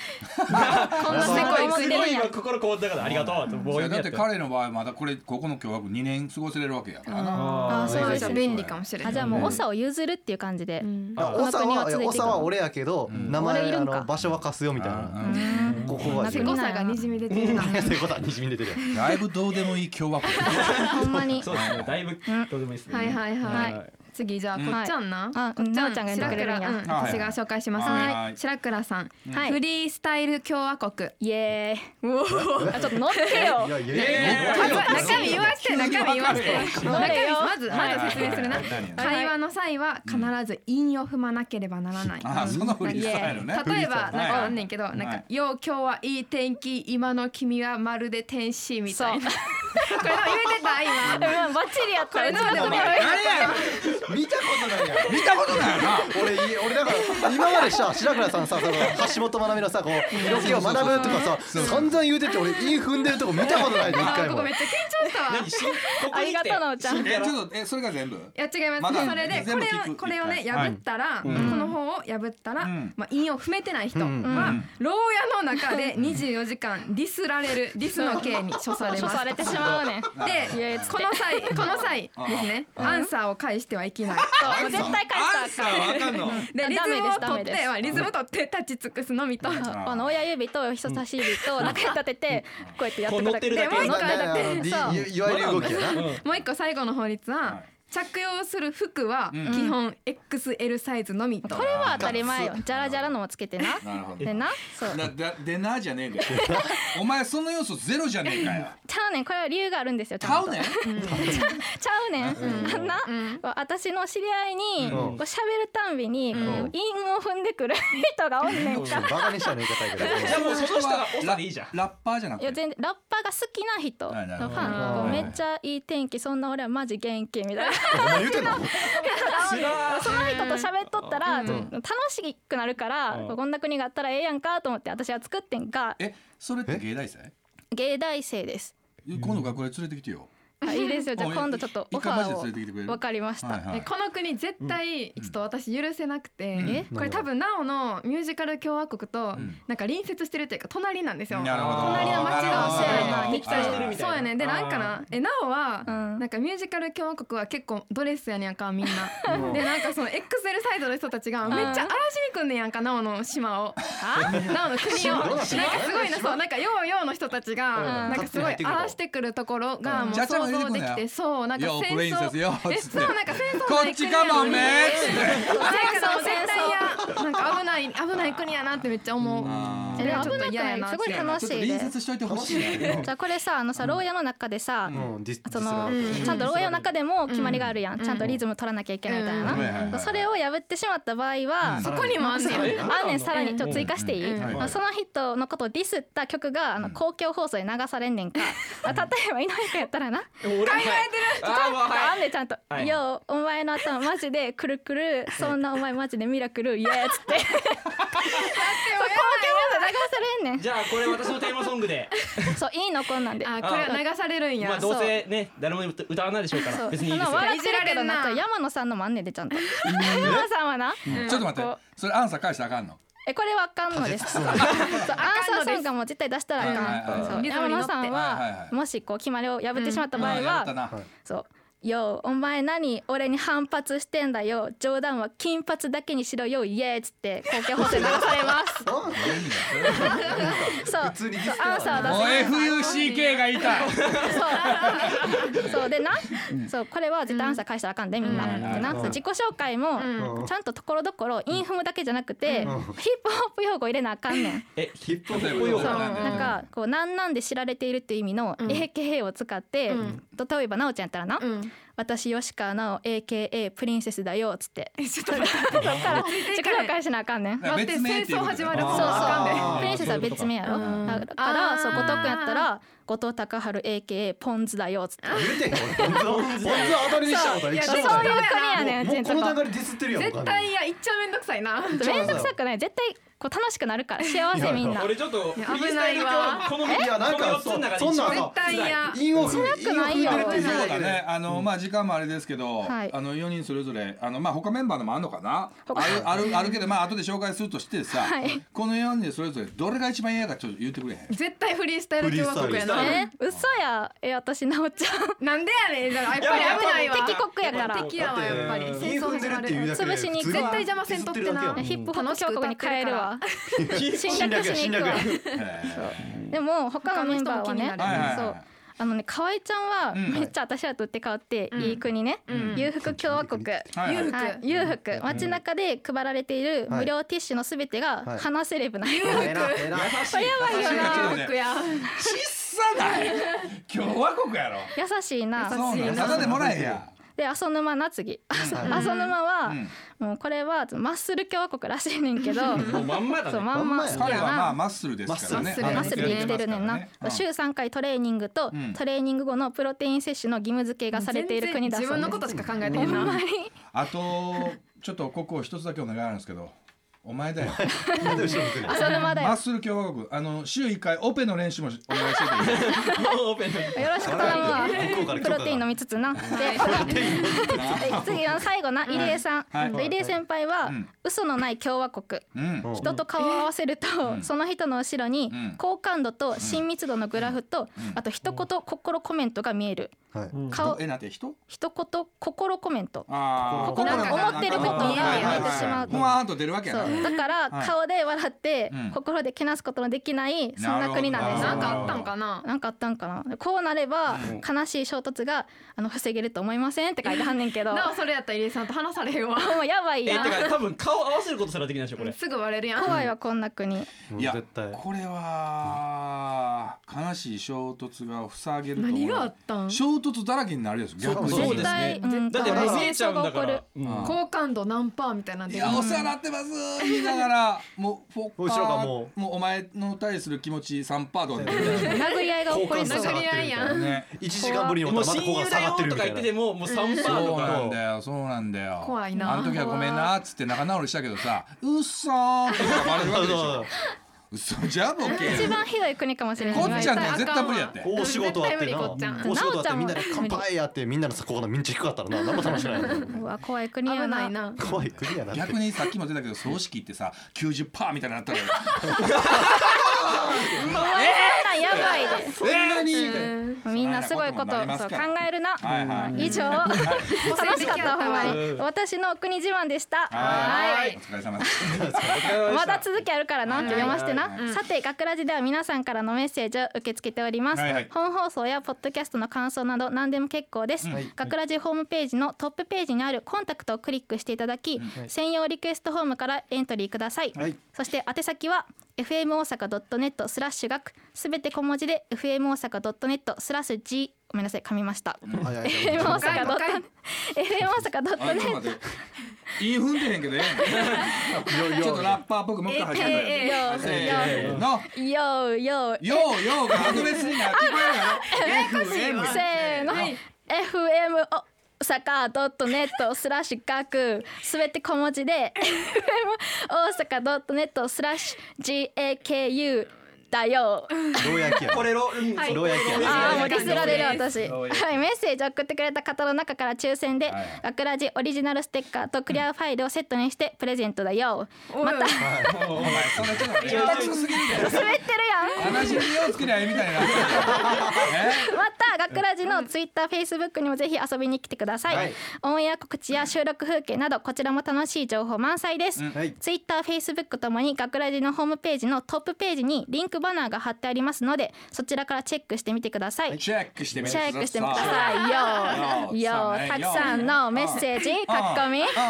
[SPEAKER 3] さこんなせ
[SPEAKER 4] の
[SPEAKER 3] こい思い
[SPEAKER 4] す
[SPEAKER 3] 出
[SPEAKER 4] ご
[SPEAKER 3] る
[SPEAKER 4] い
[SPEAKER 3] やん
[SPEAKER 4] 今心こもったからありがとうと棒
[SPEAKER 6] い
[SPEAKER 4] 読
[SPEAKER 6] や
[SPEAKER 4] み
[SPEAKER 6] だ
[SPEAKER 4] や
[SPEAKER 6] っ
[SPEAKER 4] って
[SPEAKER 6] て彼の場合まだこれここの共和国二年過ごせれるわけやからな
[SPEAKER 2] あー
[SPEAKER 4] あ
[SPEAKER 2] そう
[SPEAKER 3] まあ
[SPEAKER 2] で
[SPEAKER 3] じ
[SPEAKER 2] す
[SPEAKER 3] ゃあ
[SPEAKER 2] ね
[SPEAKER 3] 便利かもしれな
[SPEAKER 2] あ
[SPEAKER 3] い
[SPEAKER 2] じゃあもう長を譲るっていう感じで、
[SPEAKER 3] うん
[SPEAKER 5] う。
[SPEAKER 2] この
[SPEAKER 5] 長
[SPEAKER 2] 国は
[SPEAKER 5] は
[SPEAKER 2] 連れていく
[SPEAKER 5] 長は俺やけど
[SPEAKER 6] ん
[SPEAKER 5] 名前
[SPEAKER 2] 俺いる
[SPEAKER 5] あ
[SPEAKER 2] んか
[SPEAKER 5] の場所は貸すよみたいな
[SPEAKER 6] うん
[SPEAKER 5] ここ
[SPEAKER 2] な
[SPEAKER 5] は自
[SPEAKER 3] せ
[SPEAKER 2] く
[SPEAKER 5] 分
[SPEAKER 3] こ
[SPEAKER 2] な
[SPEAKER 3] さがにじみ出てるな
[SPEAKER 5] そういう ことはにじみ出てるやん
[SPEAKER 6] だいぶどうでもいい共和国
[SPEAKER 2] ほんまに
[SPEAKER 4] そうですね。だいぶどうでもいいですね。
[SPEAKER 3] はいはいはい、
[SPEAKER 4] はい
[SPEAKER 3] 次じゃあこっちゃんな、
[SPEAKER 2] あ
[SPEAKER 3] こっ
[SPEAKER 2] なおちゃんがやってくれるんや
[SPEAKER 3] 白倉うん、
[SPEAKER 6] あはい
[SPEAKER 3] 私が紹介します
[SPEAKER 6] はい
[SPEAKER 3] ね、
[SPEAKER 6] はい
[SPEAKER 3] 白倉さん、
[SPEAKER 2] はい
[SPEAKER 3] フリースタイル共和国
[SPEAKER 2] イエ
[SPEAKER 3] うおー
[SPEAKER 2] ーイあちょっと乗ってよ
[SPEAKER 5] いやいやい
[SPEAKER 4] え
[SPEAKER 5] やいや
[SPEAKER 3] 中身言わして中身言わして中身
[SPEAKER 2] 乗れよ
[SPEAKER 3] まずまず説明するな
[SPEAKER 6] はいはい
[SPEAKER 3] 会話の際は必ず韻を踏まなければならない、
[SPEAKER 6] あーそのフリースタイルね
[SPEAKER 3] 例えばなん
[SPEAKER 6] ルね
[SPEAKER 3] かあんねんけど、
[SPEAKER 6] い
[SPEAKER 3] なん
[SPEAKER 6] は
[SPEAKER 3] か
[SPEAKER 6] い
[SPEAKER 3] 「よう今日はいい天気今の君はまるで天使」みたいな これでも言えてた 今
[SPEAKER 2] でもバッチリやったらうちの
[SPEAKER 6] お
[SPEAKER 2] 国
[SPEAKER 6] 前
[SPEAKER 2] は
[SPEAKER 6] 何や
[SPEAKER 5] 見たことないやん
[SPEAKER 6] 見たことないよな
[SPEAKER 5] 俺い俺だから今までさ白倉さんさその橋本まなみのさこう色気を学ぶとかさ
[SPEAKER 6] そうそう
[SPEAKER 5] 散々言うてて俺韻踏んでるとこ見たことないで一
[SPEAKER 3] あー
[SPEAKER 5] 回
[SPEAKER 3] こ
[SPEAKER 5] も
[SPEAKER 3] こめっちゃ緊張したわ
[SPEAKER 4] 何しここ
[SPEAKER 2] あ
[SPEAKER 4] に
[SPEAKER 2] り
[SPEAKER 4] 来
[SPEAKER 2] が
[SPEAKER 4] て
[SPEAKER 2] とうなおちゃん
[SPEAKER 6] えちょっとえそれが全部
[SPEAKER 3] いや違いま、
[SPEAKER 6] ますだ
[SPEAKER 3] それでこ
[SPEAKER 6] 全部
[SPEAKER 3] れ
[SPEAKER 6] 聞
[SPEAKER 3] を
[SPEAKER 6] く
[SPEAKER 3] これをね
[SPEAKER 6] 一回
[SPEAKER 3] 破ったら、この方を破ったら、
[SPEAKER 6] ん
[SPEAKER 3] まあ韻を踏めてない人は、
[SPEAKER 5] うん
[SPEAKER 3] 牢屋の中で24時間ディスられるディスの刑に処され
[SPEAKER 2] 処
[SPEAKER 3] ます
[SPEAKER 2] されてしまうねん
[SPEAKER 3] でこの際この際ですねアンサーを返してはいけない
[SPEAKER 6] アンサー
[SPEAKER 2] 絶対
[SPEAKER 6] ア
[SPEAKER 2] 返
[SPEAKER 6] ン
[SPEAKER 2] した
[SPEAKER 6] サ
[SPEAKER 2] らあかん
[SPEAKER 6] ーわかんの
[SPEAKER 3] でリズ
[SPEAKER 2] ダメで
[SPEAKER 3] ムを
[SPEAKER 2] すダメ
[SPEAKER 3] 取っ
[SPEAKER 2] で
[SPEAKER 3] て
[SPEAKER 2] す
[SPEAKER 3] はリズムを取って立ち尽くすのみと。
[SPEAKER 2] あの親指と人差し指と中指立ててこうやってやってくだけ
[SPEAKER 4] こう乗ってるだけ
[SPEAKER 2] でもう一回だけ
[SPEAKER 5] あのい
[SPEAKER 2] そう
[SPEAKER 5] いわゆる動きやな。
[SPEAKER 3] もう一個最後の法律は、
[SPEAKER 6] はい
[SPEAKER 3] 着用する服は
[SPEAKER 6] うん
[SPEAKER 3] 基本 XL サイズのみと。
[SPEAKER 2] これは当たり前よジャラジャラのもつけてな
[SPEAKER 6] なるほど
[SPEAKER 2] でなそう
[SPEAKER 6] だだでなじゃねえんだよお前その要素ゼロじゃねえかよ
[SPEAKER 2] ちゃうねんこれは理由があるんですよちゃ
[SPEAKER 6] 買
[SPEAKER 2] ん
[SPEAKER 6] う
[SPEAKER 2] と
[SPEAKER 6] ねん
[SPEAKER 2] ちゃうねんあんな
[SPEAKER 3] うん
[SPEAKER 2] 私の知り合いに
[SPEAKER 6] う
[SPEAKER 2] こ
[SPEAKER 6] ん
[SPEAKER 2] う喋るたんびにこう韻
[SPEAKER 5] ん
[SPEAKER 2] を踏んでくる人がおんねんか
[SPEAKER 5] バカにしたの言い方やけど。
[SPEAKER 4] じゃあもうその人はオサでいいじゃん
[SPEAKER 6] ララッパーじゃなく
[SPEAKER 2] いや
[SPEAKER 6] て
[SPEAKER 2] 全然ラッパーが好きな人
[SPEAKER 6] はいなる
[SPEAKER 2] の
[SPEAKER 6] ほ
[SPEAKER 2] フ
[SPEAKER 6] ど
[SPEAKER 2] ァンこう
[SPEAKER 6] はい
[SPEAKER 2] めっちゃいい天気そんな俺はマジ元気みたいな
[SPEAKER 5] 何言うて んの？
[SPEAKER 2] その人と喋っとったら
[SPEAKER 3] うん
[SPEAKER 2] 楽しくなるから
[SPEAKER 4] うん
[SPEAKER 2] こうこんな国があったらええやんかと思って私は作ってんが
[SPEAKER 6] えそれって芸大生
[SPEAKER 2] 芸大生です
[SPEAKER 6] 今度学校で連れてきてよ
[SPEAKER 2] あいいですよじゃあ今度ちょっとオファ
[SPEAKER 6] 一回マジで連れてきてくれ
[SPEAKER 2] ーを
[SPEAKER 6] る
[SPEAKER 2] わかりました
[SPEAKER 6] はいはい
[SPEAKER 3] でこの国絶対ちょっと私許せなくて、
[SPEAKER 6] うん
[SPEAKER 2] え
[SPEAKER 3] これ多分なおのミュージカル共和国と
[SPEAKER 6] ん
[SPEAKER 3] なんか隣接してるというか隣なんですよ。
[SPEAKER 6] なるほど
[SPEAKER 3] 隣の町
[SPEAKER 2] なるほど
[SPEAKER 3] がそうや
[SPEAKER 2] なるほ
[SPEAKER 3] な
[SPEAKER 2] ど
[SPEAKER 3] 敵
[SPEAKER 6] 敵対してる
[SPEAKER 4] みたい
[SPEAKER 3] そ
[SPEAKER 4] な
[SPEAKER 3] うやねんでなんか
[SPEAKER 4] あ
[SPEAKER 3] なえなおは、
[SPEAKER 2] うん
[SPEAKER 3] なんかミュージカル共和国は結構ドレスやねんやんかみんな。でなんかその XL サイドの人たちがめっちゃ嵐に来んねんやんかなおの島を。なおの国をなんかすごいなそうなんかヨーヨーの人たちがなんかすごい荒らしてくるところがもう
[SPEAKER 6] ちゃ
[SPEAKER 3] 想
[SPEAKER 6] ちゃも入れ
[SPEAKER 3] 像
[SPEAKER 6] てくん
[SPEAKER 3] で
[SPEAKER 6] だよ
[SPEAKER 3] きてそうなんか
[SPEAKER 6] よう
[SPEAKER 3] 戦
[SPEAKER 6] プレインセス
[SPEAKER 3] 争
[SPEAKER 6] よっ
[SPEAKER 3] え
[SPEAKER 6] つっ
[SPEAKER 3] そ
[SPEAKER 6] て
[SPEAKER 3] うなんか戦争
[SPEAKER 6] こ
[SPEAKER 3] の
[SPEAKER 6] っちかもめっつって
[SPEAKER 3] なんかもう絶対やなんか危ない危ない国やなってめっちゃ思う。
[SPEAKER 6] あ
[SPEAKER 2] え
[SPEAKER 3] ちょっ
[SPEAKER 2] 危
[SPEAKER 3] と
[SPEAKER 2] なく
[SPEAKER 3] 嫌
[SPEAKER 2] な
[SPEAKER 3] や
[SPEAKER 2] い
[SPEAKER 3] な
[SPEAKER 2] すごい楽し
[SPEAKER 6] ー
[SPEAKER 2] い
[SPEAKER 6] 隣
[SPEAKER 2] で
[SPEAKER 6] 接しといてほしいね
[SPEAKER 2] じゃあこれさあのさ牢屋の中でさ
[SPEAKER 5] うん、ディスディ
[SPEAKER 2] そ
[SPEAKER 5] スら
[SPEAKER 2] の
[SPEAKER 5] れてる
[SPEAKER 2] ちゃんと牢屋の中でも決まりがあるやん
[SPEAKER 3] うん
[SPEAKER 2] ちゃんとリズム取らなきゃいけないみたい
[SPEAKER 6] うんはいはいはいは
[SPEAKER 2] ないそれを破ってしまった場合は
[SPEAKER 3] そこにもあんねん。
[SPEAKER 2] あーねんさらにちょっと追加していい、
[SPEAKER 3] うん
[SPEAKER 2] まあその人のことをディスった曲があの公共放送で流されんねんか、まあ例えば井上君やったらな
[SPEAKER 4] 俺考えてるあーもう
[SPEAKER 2] あ
[SPEAKER 4] はい
[SPEAKER 2] んねんちゃんと「
[SPEAKER 4] はい
[SPEAKER 2] ようお前の頭マジでくるくるそんなお前マジでミラクルイエーっつって公共放送で流されんね
[SPEAKER 4] じゃあこれ私のテーマソングで
[SPEAKER 2] んそういいのこんなんで
[SPEAKER 3] あこれは流されるんや。
[SPEAKER 4] まあどうせね誰も歌わないでしょうか
[SPEAKER 2] そ
[SPEAKER 4] ら
[SPEAKER 2] う
[SPEAKER 4] 別にいいです
[SPEAKER 2] そ
[SPEAKER 4] よ
[SPEAKER 2] の笑ってるけど
[SPEAKER 3] いじ
[SPEAKER 2] な
[SPEAKER 3] られるな
[SPEAKER 2] 山野さんのもあんねんでちゃんと山野さんはな
[SPEAKER 6] ちょっと待ってそれアンサー返したらあかんの
[SPEAKER 2] えこれはあかんのです。そうアンサーソングはもう絶対出したらあかん。
[SPEAKER 6] うん
[SPEAKER 2] そう
[SPEAKER 3] リズム
[SPEAKER 2] 山
[SPEAKER 3] に乗っ
[SPEAKER 2] 野
[SPEAKER 3] て
[SPEAKER 2] さん
[SPEAKER 6] はいはいは
[SPEAKER 2] はいもしこう決まりを破ってしまった場合
[SPEAKER 6] やった
[SPEAKER 2] は、
[SPEAKER 6] な
[SPEAKER 2] そう。ようお前何俺に反発してんだよ冗談は金髪だけにしろよイエーっつって公共放送に流されま
[SPEAKER 5] あ
[SPEAKER 2] すそう
[SPEAKER 5] 通にディスって
[SPEAKER 2] アンサー
[SPEAKER 6] もう
[SPEAKER 2] は出せない
[SPEAKER 6] FUCK が言いたい
[SPEAKER 2] そうそうでなそうこれは絶対アンサー返したらあかんでみんな
[SPEAKER 6] うん
[SPEAKER 2] でな
[SPEAKER 5] うん
[SPEAKER 2] そう自己紹介も
[SPEAKER 3] う
[SPEAKER 2] ちゃんとところどころインフムだけじゃなくてヒップ
[SPEAKER 5] ん
[SPEAKER 2] ホップ用語入れなあかんねん
[SPEAKER 4] え
[SPEAKER 5] ヒップホッ
[SPEAKER 6] 例
[SPEAKER 5] プ
[SPEAKER 6] えば
[SPEAKER 5] 用
[SPEAKER 2] そう
[SPEAKER 5] 語。
[SPEAKER 6] なんで
[SPEAKER 2] なんかこう「なんなん」で知られているっていう意味の AKA を使って、
[SPEAKER 3] うん
[SPEAKER 2] 例えば奈緒ちゃんやったらな「
[SPEAKER 3] うん。
[SPEAKER 2] 私吉川奈緒 AKA プリンセスだよ」っつってちょっと から自己紹介しなあかんねん。
[SPEAKER 6] だから
[SPEAKER 3] 待って
[SPEAKER 6] 別名
[SPEAKER 3] 戦
[SPEAKER 6] っていう
[SPEAKER 3] 争
[SPEAKER 6] こと
[SPEAKER 3] 始まる
[SPEAKER 5] あ
[SPEAKER 3] 方
[SPEAKER 5] ー
[SPEAKER 2] そう
[SPEAKER 3] が
[SPEAKER 2] そうプリンセスは別名やろ
[SPEAKER 3] うん
[SPEAKER 2] だからそう
[SPEAKER 3] あー
[SPEAKER 2] 後藤君やったら後藤隆春 AKA ポンズだよっつって
[SPEAKER 5] 言うてんの俺ポンズポンズ当たりにしたこと一
[SPEAKER 2] そういう
[SPEAKER 5] 緒も
[SPEAKER 2] 国
[SPEAKER 5] ない
[SPEAKER 2] やねん
[SPEAKER 5] もう
[SPEAKER 2] 全
[SPEAKER 5] こ
[SPEAKER 2] 然
[SPEAKER 5] の
[SPEAKER 2] こ
[SPEAKER 5] 段階でディスってるやん
[SPEAKER 3] 絶対いやいっちゃめんどくさいな。
[SPEAKER 2] う面倒くさくない絶対こう楽しくなるから幸せみんな
[SPEAKER 4] 俺ちょっとフリースタイル
[SPEAKER 3] いや
[SPEAKER 4] この
[SPEAKER 5] いやなん
[SPEAKER 4] この
[SPEAKER 5] か
[SPEAKER 4] 四つの中で
[SPEAKER 5] そんなん
[SPEAKER 4] 一番
[SPEAKER 3] 絶対いや。
[SPEAKER 5] インオフインオフ
[SPEAKER 2] くないよ
[SPEAKER 5] 入れるって
[SPEAKER 6] そ
[SPEAKER 5] いうう
[SPEAKER 6] だ
[SPEAKER 5] だ
[SPEAKER 6] ね
[SPEAKER 5] ね、
[SPEAKER 6] あの、まあ、時間もあれですけど、
[SPEAKER 2] はい
[SPEAKER 6] あの、四人それぞれ、あの、まあ、他メンバーでもあるのかな。
[SPEAKER 2] 他
[SPEAKER 6] ある、ある、あるけど、まあ、後で紹介するとしてさ、
[SPEAKER 2] はい
[SPEAKER 6] この四人それぞれ、どれが一番嫌か、ちょっと言ってくれへん。
[SPEAKER 3] 絶対フリースタイル共和国やな。
[SPEAKER 2] え嘘やえ私奈緒ちゃん
[SPEAKER 3] なんでやねん。だからやっぱり危ないわ。
[SPEAKER 2] 敵国やから
[SPEAKER 3] 敵やわやっぱり。
[SPEAKER 5] イ
[SPEAKER 3] 戦
[SPEAKER 5] ンフ
[SPEAKER 3] 争
[SPEAKER 5] ム
[SPEAKER 3] 始
[SPEAKER 5] 出る
[SPEAKER 3] ま
[SPEAKER 5] っていう
[SPEAKER 3] る。
[SPEAKER 5] だけで
[SPEAKER 2] 潰しに
[SPEAKER 5] 普通
[SPEAKER 3] 絶対邪魔せんとってな
[SPEAKER 5] ディスるだけやもん
[SPEAKER 2] ヒップホップ教国に帰るわ侵
[SPEAKER 5] 侵
[SPEAKER 2] 略
[SPEAKER 5] 略や
[SPEAKER 2] し
[SPEAKER 5] 侵
[SPEAKER 2] に行く
[SPEAKER 5] 略
[SPEAKER 2] わ
[SPEAKER 5] や
[SPEAKER 2] でも他のメンバーはね
[SPEAKER 3] 他の人も気になる
[SPEAKER 6] はいはいはい
[SPEAKER 2] そうあのね河合ちゃんは
[SPEAKER 6] うん
[SPEAKER 2] めっちゃ私らと打って変わっていい国ね
[SPEAKER 3] ん
[SPEAKER 2] 裕福共和国
[SPEAKER 6] はいはい
[SPEAKER 3] 裕福
[SPEAKER 2] はい裕福街中で配られている無料ティッシュのすべてが
[SPEAKER 5] はい
[SPEAKER 2] 花セレブな
[SPEAKER 5] えらえら
[SPEAKER 6] 優しいな、ちょっと
[SPEAKER 3] 共和
[SPEAKER 6] ね
[SPEAKER 3] 国や。
[SPEAKER 6] ちっさない。共和国やろ。
[SPEAKER 2] 優しいな
[SPEAKER 6] そうなん、ただでもらえや。
[SPEAKER 2] で浅沼な次
[SPEAKER 5] うん
[SPEAKER 2] 浅沼は
[SPEAKER 6] うん
[SPEAKER 2] もうこれはマッスル共和国らしいねんけど
[SPEAKER 4] もうまんまだ
[SPEAKER 2] そう
[SPEAKER 4] ね
[SPEAKER 2] まん
[SPEAKER 5] まんま
[SPEAKER 2] ま
[SPEAKER 5] や
[SPEAKER 2] 好き
[SPEAKER 6] 彼
[SPEAKER 2] や
[SPEAKER 6] は、まあ、
[SPEAKER 2] な
[SPEAKER 6] マッスルですからね。
[SPEAKER 3] マ
[SPEAKER 2] マッスルで生きてるねんな、
[SPEAKER 6] うん
[SPEAKER 2] 週3回トレーニングと、
[SPEAKER 6] うん
[SPEAKER 2] トレーニング後のプロテイン摂取の義務付けがされている国だそう
[SPEAKER 3] 自
[SPEAKER 2] です
[SPEAKER 3] 分のことしか考えてへんな。
[SPEAKER 6] あと、ちょっと、ここ一つだけお願いあるんですけど。お前だよ。
[SPEAKER 5] なんで後ろ向くの
[SPEAKER 2] 浅沼だよ
[SPEAKER 6] マッスル共和国、あの、週一回、オペの練習もしお願いしてていい。
[SPEAKER 4] もうオペの
[SPEAKER 2] よろしく頼むわ
[SPEAKER 5] 向こうから許可が
[SPEAKER 2] プロテイン飲みつつなで次は最後な入江さん、
[SPEAKER 6] はい
[SPEAKER 2] 入江先輩は、
[SPEAKER 6] うん
[SPEAKER 2] 嘘のない共和国
[SPEAKER 6] うん。
[SPEAKER 2] 人と顔を合わせると、その人の後ろに
[SPEAKER 6] うん
[SPEAKER 2] 好感度と親密度のグラフと、あと一言心コメントが見える、
[SPEAKER 5] はい
[SPEAKER 7] うん
[SPEAKER 2] 顔
[SPEAKER 6] えなんて人
[SPEAKER 2] 一言心コメント
[SPEAKER 6] あー
[SPEAKER 5] 心
[SPEAKER 2] なんか思ってることを
[SPEAKER 6] はいはいはい
[SPEAKER 2] 言ってしまう
[SPEAKER 6] ふわーんと出るわけや
[SPEAKER 2] そ
[SPEAKER 6] な
[SPEAKER 2] うだから
[SPEAKER 6] はい
[SPEAKER 2] 顔で笑って
[SPEAKER 6] うん
[SPEAKER 2] 心でけなすことのできないそん
[SPEAKER 6] なる
[SPEAKER 2] な
[SPEAKER 6] ほど
[SPEAKER 2] 国なんですな
[SPEAKER 3] な
[SPEAKER 2] んん
[SPEAKER 3] か
[SPEAKER 2] か
[SPEAKER 3] あったんかな
[SPEAKER 2] なんかあったんかなこうなれば
[SPEAKER 6] うん
[SPEAKER 2] 悲しい衝突があの防げると思いませんって書いてはんねんけど
[SPEAKER 3] なおそれやったら入江さんと話されへんわ
[SPEAKER 2] もうやばい
[SPEAKER 7] え
[SPEAKER 2] やん
[SPEAKER 7] てか多分顔合わせることすらできないでしょこれ
[SPEAKER 3] すぐ割れるやん
[SPEAKER 2] 怖いわこんな国
[SPEAKER 5] もう
[SPEAKER 6] いや
[SPEAKER 5] 絶対
[SPEAKER 6] これは悲しい衝突が塞げると思う
[SPEAKER 3] 何があったん
[SPEAKER 6] 衝突だらけになるやつ逆に
[SPEAKER 5] そうですね
[SPEAKER 2] 絶対うん
[SPEAKER 7] だって
[SPEAKER 2] 多分
[SPEAKER 7] もう見えちゃうんだか
[SPEAKER 2] 戦争が
[SPEAKER 7] ら
[SPEAKER 2] 起こ
[SPEAKER 7] うん
[SPEAKER 6] うん
[SPEAKER 3] 好感度何パーみたいなん
[SPEAKER 6] い
[SPEAKER 3] で
[SPEAKER 6] やお世話になってます見ながらもうフォッ
[SPEAKER 5] 後
[SPEAKER 6] パ
[SPEAKER 5] ろが
[SPEAKER 6] ー
[SPEAKER 5] も
[SPEAKER 6] もうお前の対する気持ち3パーとかで
[SPEAKER 2] る殴り合いが起こりそう
[SPEAKER 5] 好感度
[SPEAKER 3] 殴り合いやん
[SPEAKER 6] ね
[SPEAKER 5] 1時間ぶりに
[SPEAKER 7] も
[SPEAKER 5] ま
[SPEAKER 7] う
[SPEAKER 5] た
[SPEAKER 7] 親
[SPEAKER 5] ここが
[SPEAKER 7] 友
[SPEAKER 5] 下
[SPEAKER 7] だ
[SPEAKER 5] が
[SPEAKER 7] よ
[SPEAKER 5] ってる
[SPEAKER 7] と
[SPEAKER 5] み
[SPEAKER 7] か
[SPEAKER 5] た
[SPEAKER 7] 言
[SPEAKER 5] い
[SPEAKER 7] って
[SPEAKER 5] な
[SPEAKER 7] てももう三パーと
[SPEAKER 6] そう
[SPEAKER 7] か
[SPEAKER 6] なんだよそうなんだよ
[SPEAKER 3] 怖いな
[SPEAKER 6] あの時はごめんなっつって仲直りしたけどさうっそーってバレるわけでしょうそじゃあボケ
[SPEAKER 2] 一番ひどい国かもしれない
[SPEAKER 6] こっちゃんなんて絶対無理やって
[SPEAKER 5] 大仕事あってな
[SPEAKER 3] 絶対無理こっちゃん
[SPEAKER 5] 大仕事あってみんなで
[SPEAKER 2] なおちゃん
[SPEAKER 5] 乾
[SPEAKER 2] も
[SPEAKER 5] 杯やってみんなのさここのミンチ低かったらな何も楽しくないう
[SPEAKER 2] わ怖い国
[SPEAKER 3] 危
[SPEAKER 2] やな
[SPEAKER 3] ないな
[SPEAKER 5] 怖い国やなって
[SPEAKER 6] 逆にさっきも出たけど葬式ってさ90%みたいになったら
[SPEAKER 2] 怖いそんなんやばいで
[SPEAKER 6] そんなに
[SPEAKER 2] みんなすごいこと
[SPEAKER 6] そんなこ
[SPEAKER 2] そう
[SPEAKER 6] と
[SPEAKER 2] 考
[SPEAKER 6] もなりますから
[SPEAKER 2] えるな、
[SPEAKER 6] はいはい
[SPEAKER 2] 以上楽しかったほんまに私のお国自慢でした
[SPEAKER 6] は
[SPEAKER 2] はいい
[SPEAKER 6] お疲れ様です
[SPEAKER 2] まだ続きあるからな読ませてな
[SPEAKER 6] は
[SPEAKER 2] い
[SPEAKER 6] はい
[SPEAKER 2] さて学ラジでは皆さんからのメッセージを受け付けております
[SPEAKER 6] はいはい
[SPEAKER 2] 本放送やポッドキャストの感想など何でも結構です学ラジホームページのトップページにあるコンタクトをクリックしていただき専用リクエストフォームからエントリーください
[SPEAKER 5] はい
[SPEAKER 2] そして宛先は fm 大阪 .net スラッシュ学すべて小文字で fm 大阪 .net スラッシュ g ごめんなさい噛みました
[SPEAKER 5] はいはい
[SPEAKER 2] FM 大阪
[SPEAKER 3] もう一回
[SPEAKER 2] FM 大阪
[SPEAKER 6] あちょっと
[SPEAKER 2] .net
[SPEAKER 6] 待って言 い踏んでへんけどええのちょっとラッパーっぽくもう一回始め
[SPEAKER 2] えええ
[SPEAKER 6] たせーの
[SPEAKER 2] よーよー
[SPEAKER 6] ようようがアドレスになってこえるやろ FM
[SPEAKER 2] せーの、FM お大阪 .net スラッシュ学すべて小文字で FM 大阪 .net スラッシュ GAKU だよ
[SPEAKER 5] 牢屋や
[SPEAKER 7] これろ
[SPEAKER 3] はい
[SPEAKER 5] 牢屋や
[SPEAKER 2] あーもう
[SPEAKER 3] い
[SPEAKER 2] ディスられる私
[SPEAKER 7] そういう
[SPEAKER 2] はいメッセージを送ってくれた方の中から抽選で
[SPEAKER 6] はい
[SPEAKER 2] ガクラジオリジナルステッカーとクリアファイルをセットにしてプレゼントだよまた滑
[SPEAKER 6] お前そんなちょっとね下手くそすぎるんだよ
[SPEAKER 2] ってるやん
[SPEAKER 6] 話にようつけりゃええみた いなえ
[SPEAKER 2] また学ラジのツイッター、フェイスブックにもぜひ遊びに来てください、
[SPEAKER 5] はい
[SPEAKER 2] オンエア告知や収録風景などこちらも楽しい情報満載です、
[SPEAKER 5] はい
[SPEAKER 2] ツイッター、フェイスブックともに学ラジのホームページのトップページにリンクバナーが貼ってありますのでそちらからチェックしてみてください、
[SPEAKER 6] チェックしてみて
[SPEAKER 2] チェックしてみてくだ
[SPEAKER 6] い
[SPEAKER 2] さいよ
[SPEAKER 6] よ
[SPEAKER 2] よ
[SPEAKER 6] よ
[SPEAKER 2] たくさんのメッセージ書き込み
[SPEAKER 6] うん
[SPEAKER 2] フォロ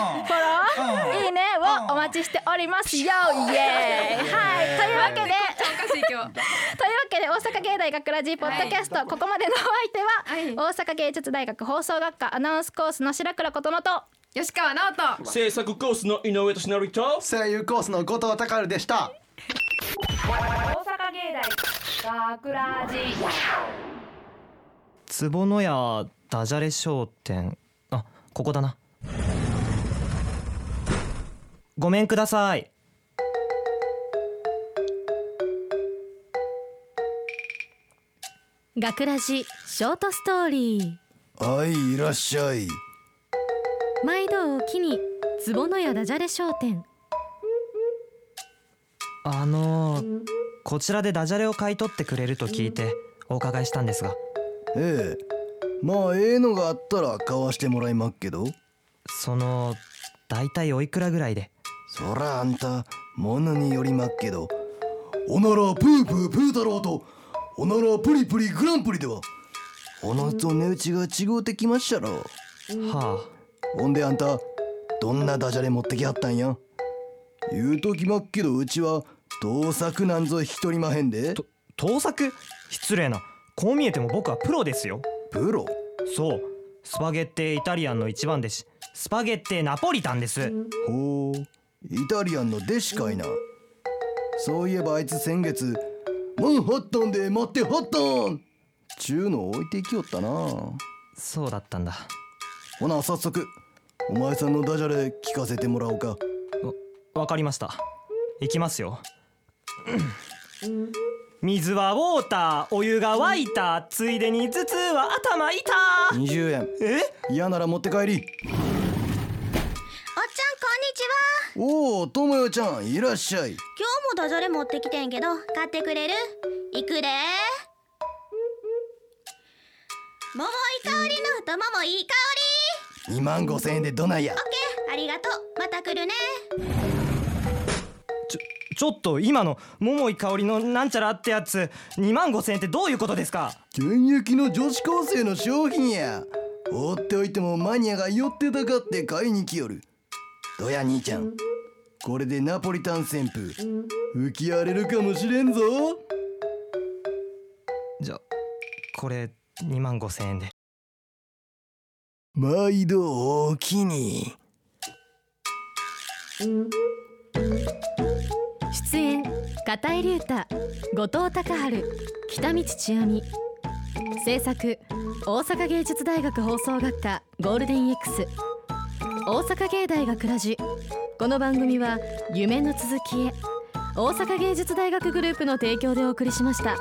[SPEAKER 6] うん
[SPEAKER 2] ーいいねをお待ちしておりますよイエーイはいというわけで
[SPEAKER 3] おかしい
[SPEAKER 2] という
[SPEAKER 3] 今日
[SPEAKER 2] わけで大阪芸大学ラジーポッドキャスト、ここまでのお相手は、大阪芸術大学放送学科アナウンスコースの白倉琴乃と
[SPEAKER 3] 吉川直人
[SPEAKER 7] 制作コースの井上俊成と
[SPEAKER 5] 声優コースの後藤隆でした
[SPEAKER 1] 大阪芸大学ラジ
[SPEAKER 8] 坪野屋ダジャレ商店あここだなごめんください
[SPEAKER 9] 学ラジショートストーリー
[SPEAKER 10] はい、いらっしゃい。
[SPEAKER 9] 毎度おきに坪野屋ダジャレ商店
[SPEAKER 8] あのーこちらでダジャレを買い取ってくれると聞いてお伺いしたんですが
[SPEAKER 10] ええ。まあ、ええのがあったら買わしてもらいまっけど。
[SPEAKER 8] その大体おいくらぐらいで
[SPEAKER 10] そらあんた、ものによりまっけど。おならプープープー太郎と、おならプリプリグランプリでは、おのずと値打ちが違うてきまっしたろ。
[SPEAKER 8] は
[SPEAKER 10] ほんであんた、どんなダジャレ持ってきはったんや言うときまっけど、うちは、盗作なんぞ引き取りまへんで
[SPEAKER 8] あ。と盗作失礼なこう見えても僕はプロですよ
[SPEAKER 10] プロ
[SPEAKER 8] そうスパゲッテイタリアンの一番弟子スパゲッテナポリタンです
[SPEAKER 10] ほうイタリアンの弟子かいなそういえばあいつ先月マンハッタンで待ってハッタンちゅうのを置いていきよったなほ
[SPEAKER 8] そうだったんだ
[SPEAKER 10] な早速お前さんのダジャレ聞かせてもらおうか
[SPEAKER 8] わかりました行きますよ水はウォーターお湯が沸いたついでに頭痛は頭痛
[SPEAKER 10] 20円
[SPEAKER 8] え
[SPEAKER 10] 嫌なら持って帰
[SPEAKER 11] お
[SPEAKER 10] り
[SPEAKER 11] っちゃんこんにちは
[SPEAKER 10] おおともよちゃんいらっしゃい
[SPEAKER 11] 今日もダジャレ持ってきてんけど買ってくれるいくで
[SPEAKER 12] 桃井香りのど桃いい香
[SPEAKER 10] 2万5千円でどない
[SPEAKER 12] りオ
[SPEAKER 10] や
[SPEAKER 12] ッケーありがとうまた来るね
[SPEAKER 8] ちょっと今の桃井香りのなんちゃらってやつ2万5千円ってどういうことですか
[SPEAKER 10] 現役の女子高生の商品や放っておいてもマニアが寄ってたかって買いに来よるどや兄ちゃんこれでナポリタン旋風浮き荒れるかもしれんぞ
[SPEAKER 8] じゃこれ2万5千円で
[SPEAKER 10] 毎度おおきに
[SPEAKER 2] 出演片井龍太後藤隆春北道千亜美制作大阪芸術大学放送学科ゴールデン X 大阪芸大がくらじこの番組は夢の続きへ大阪芸術大学グループの提供でお送りしました。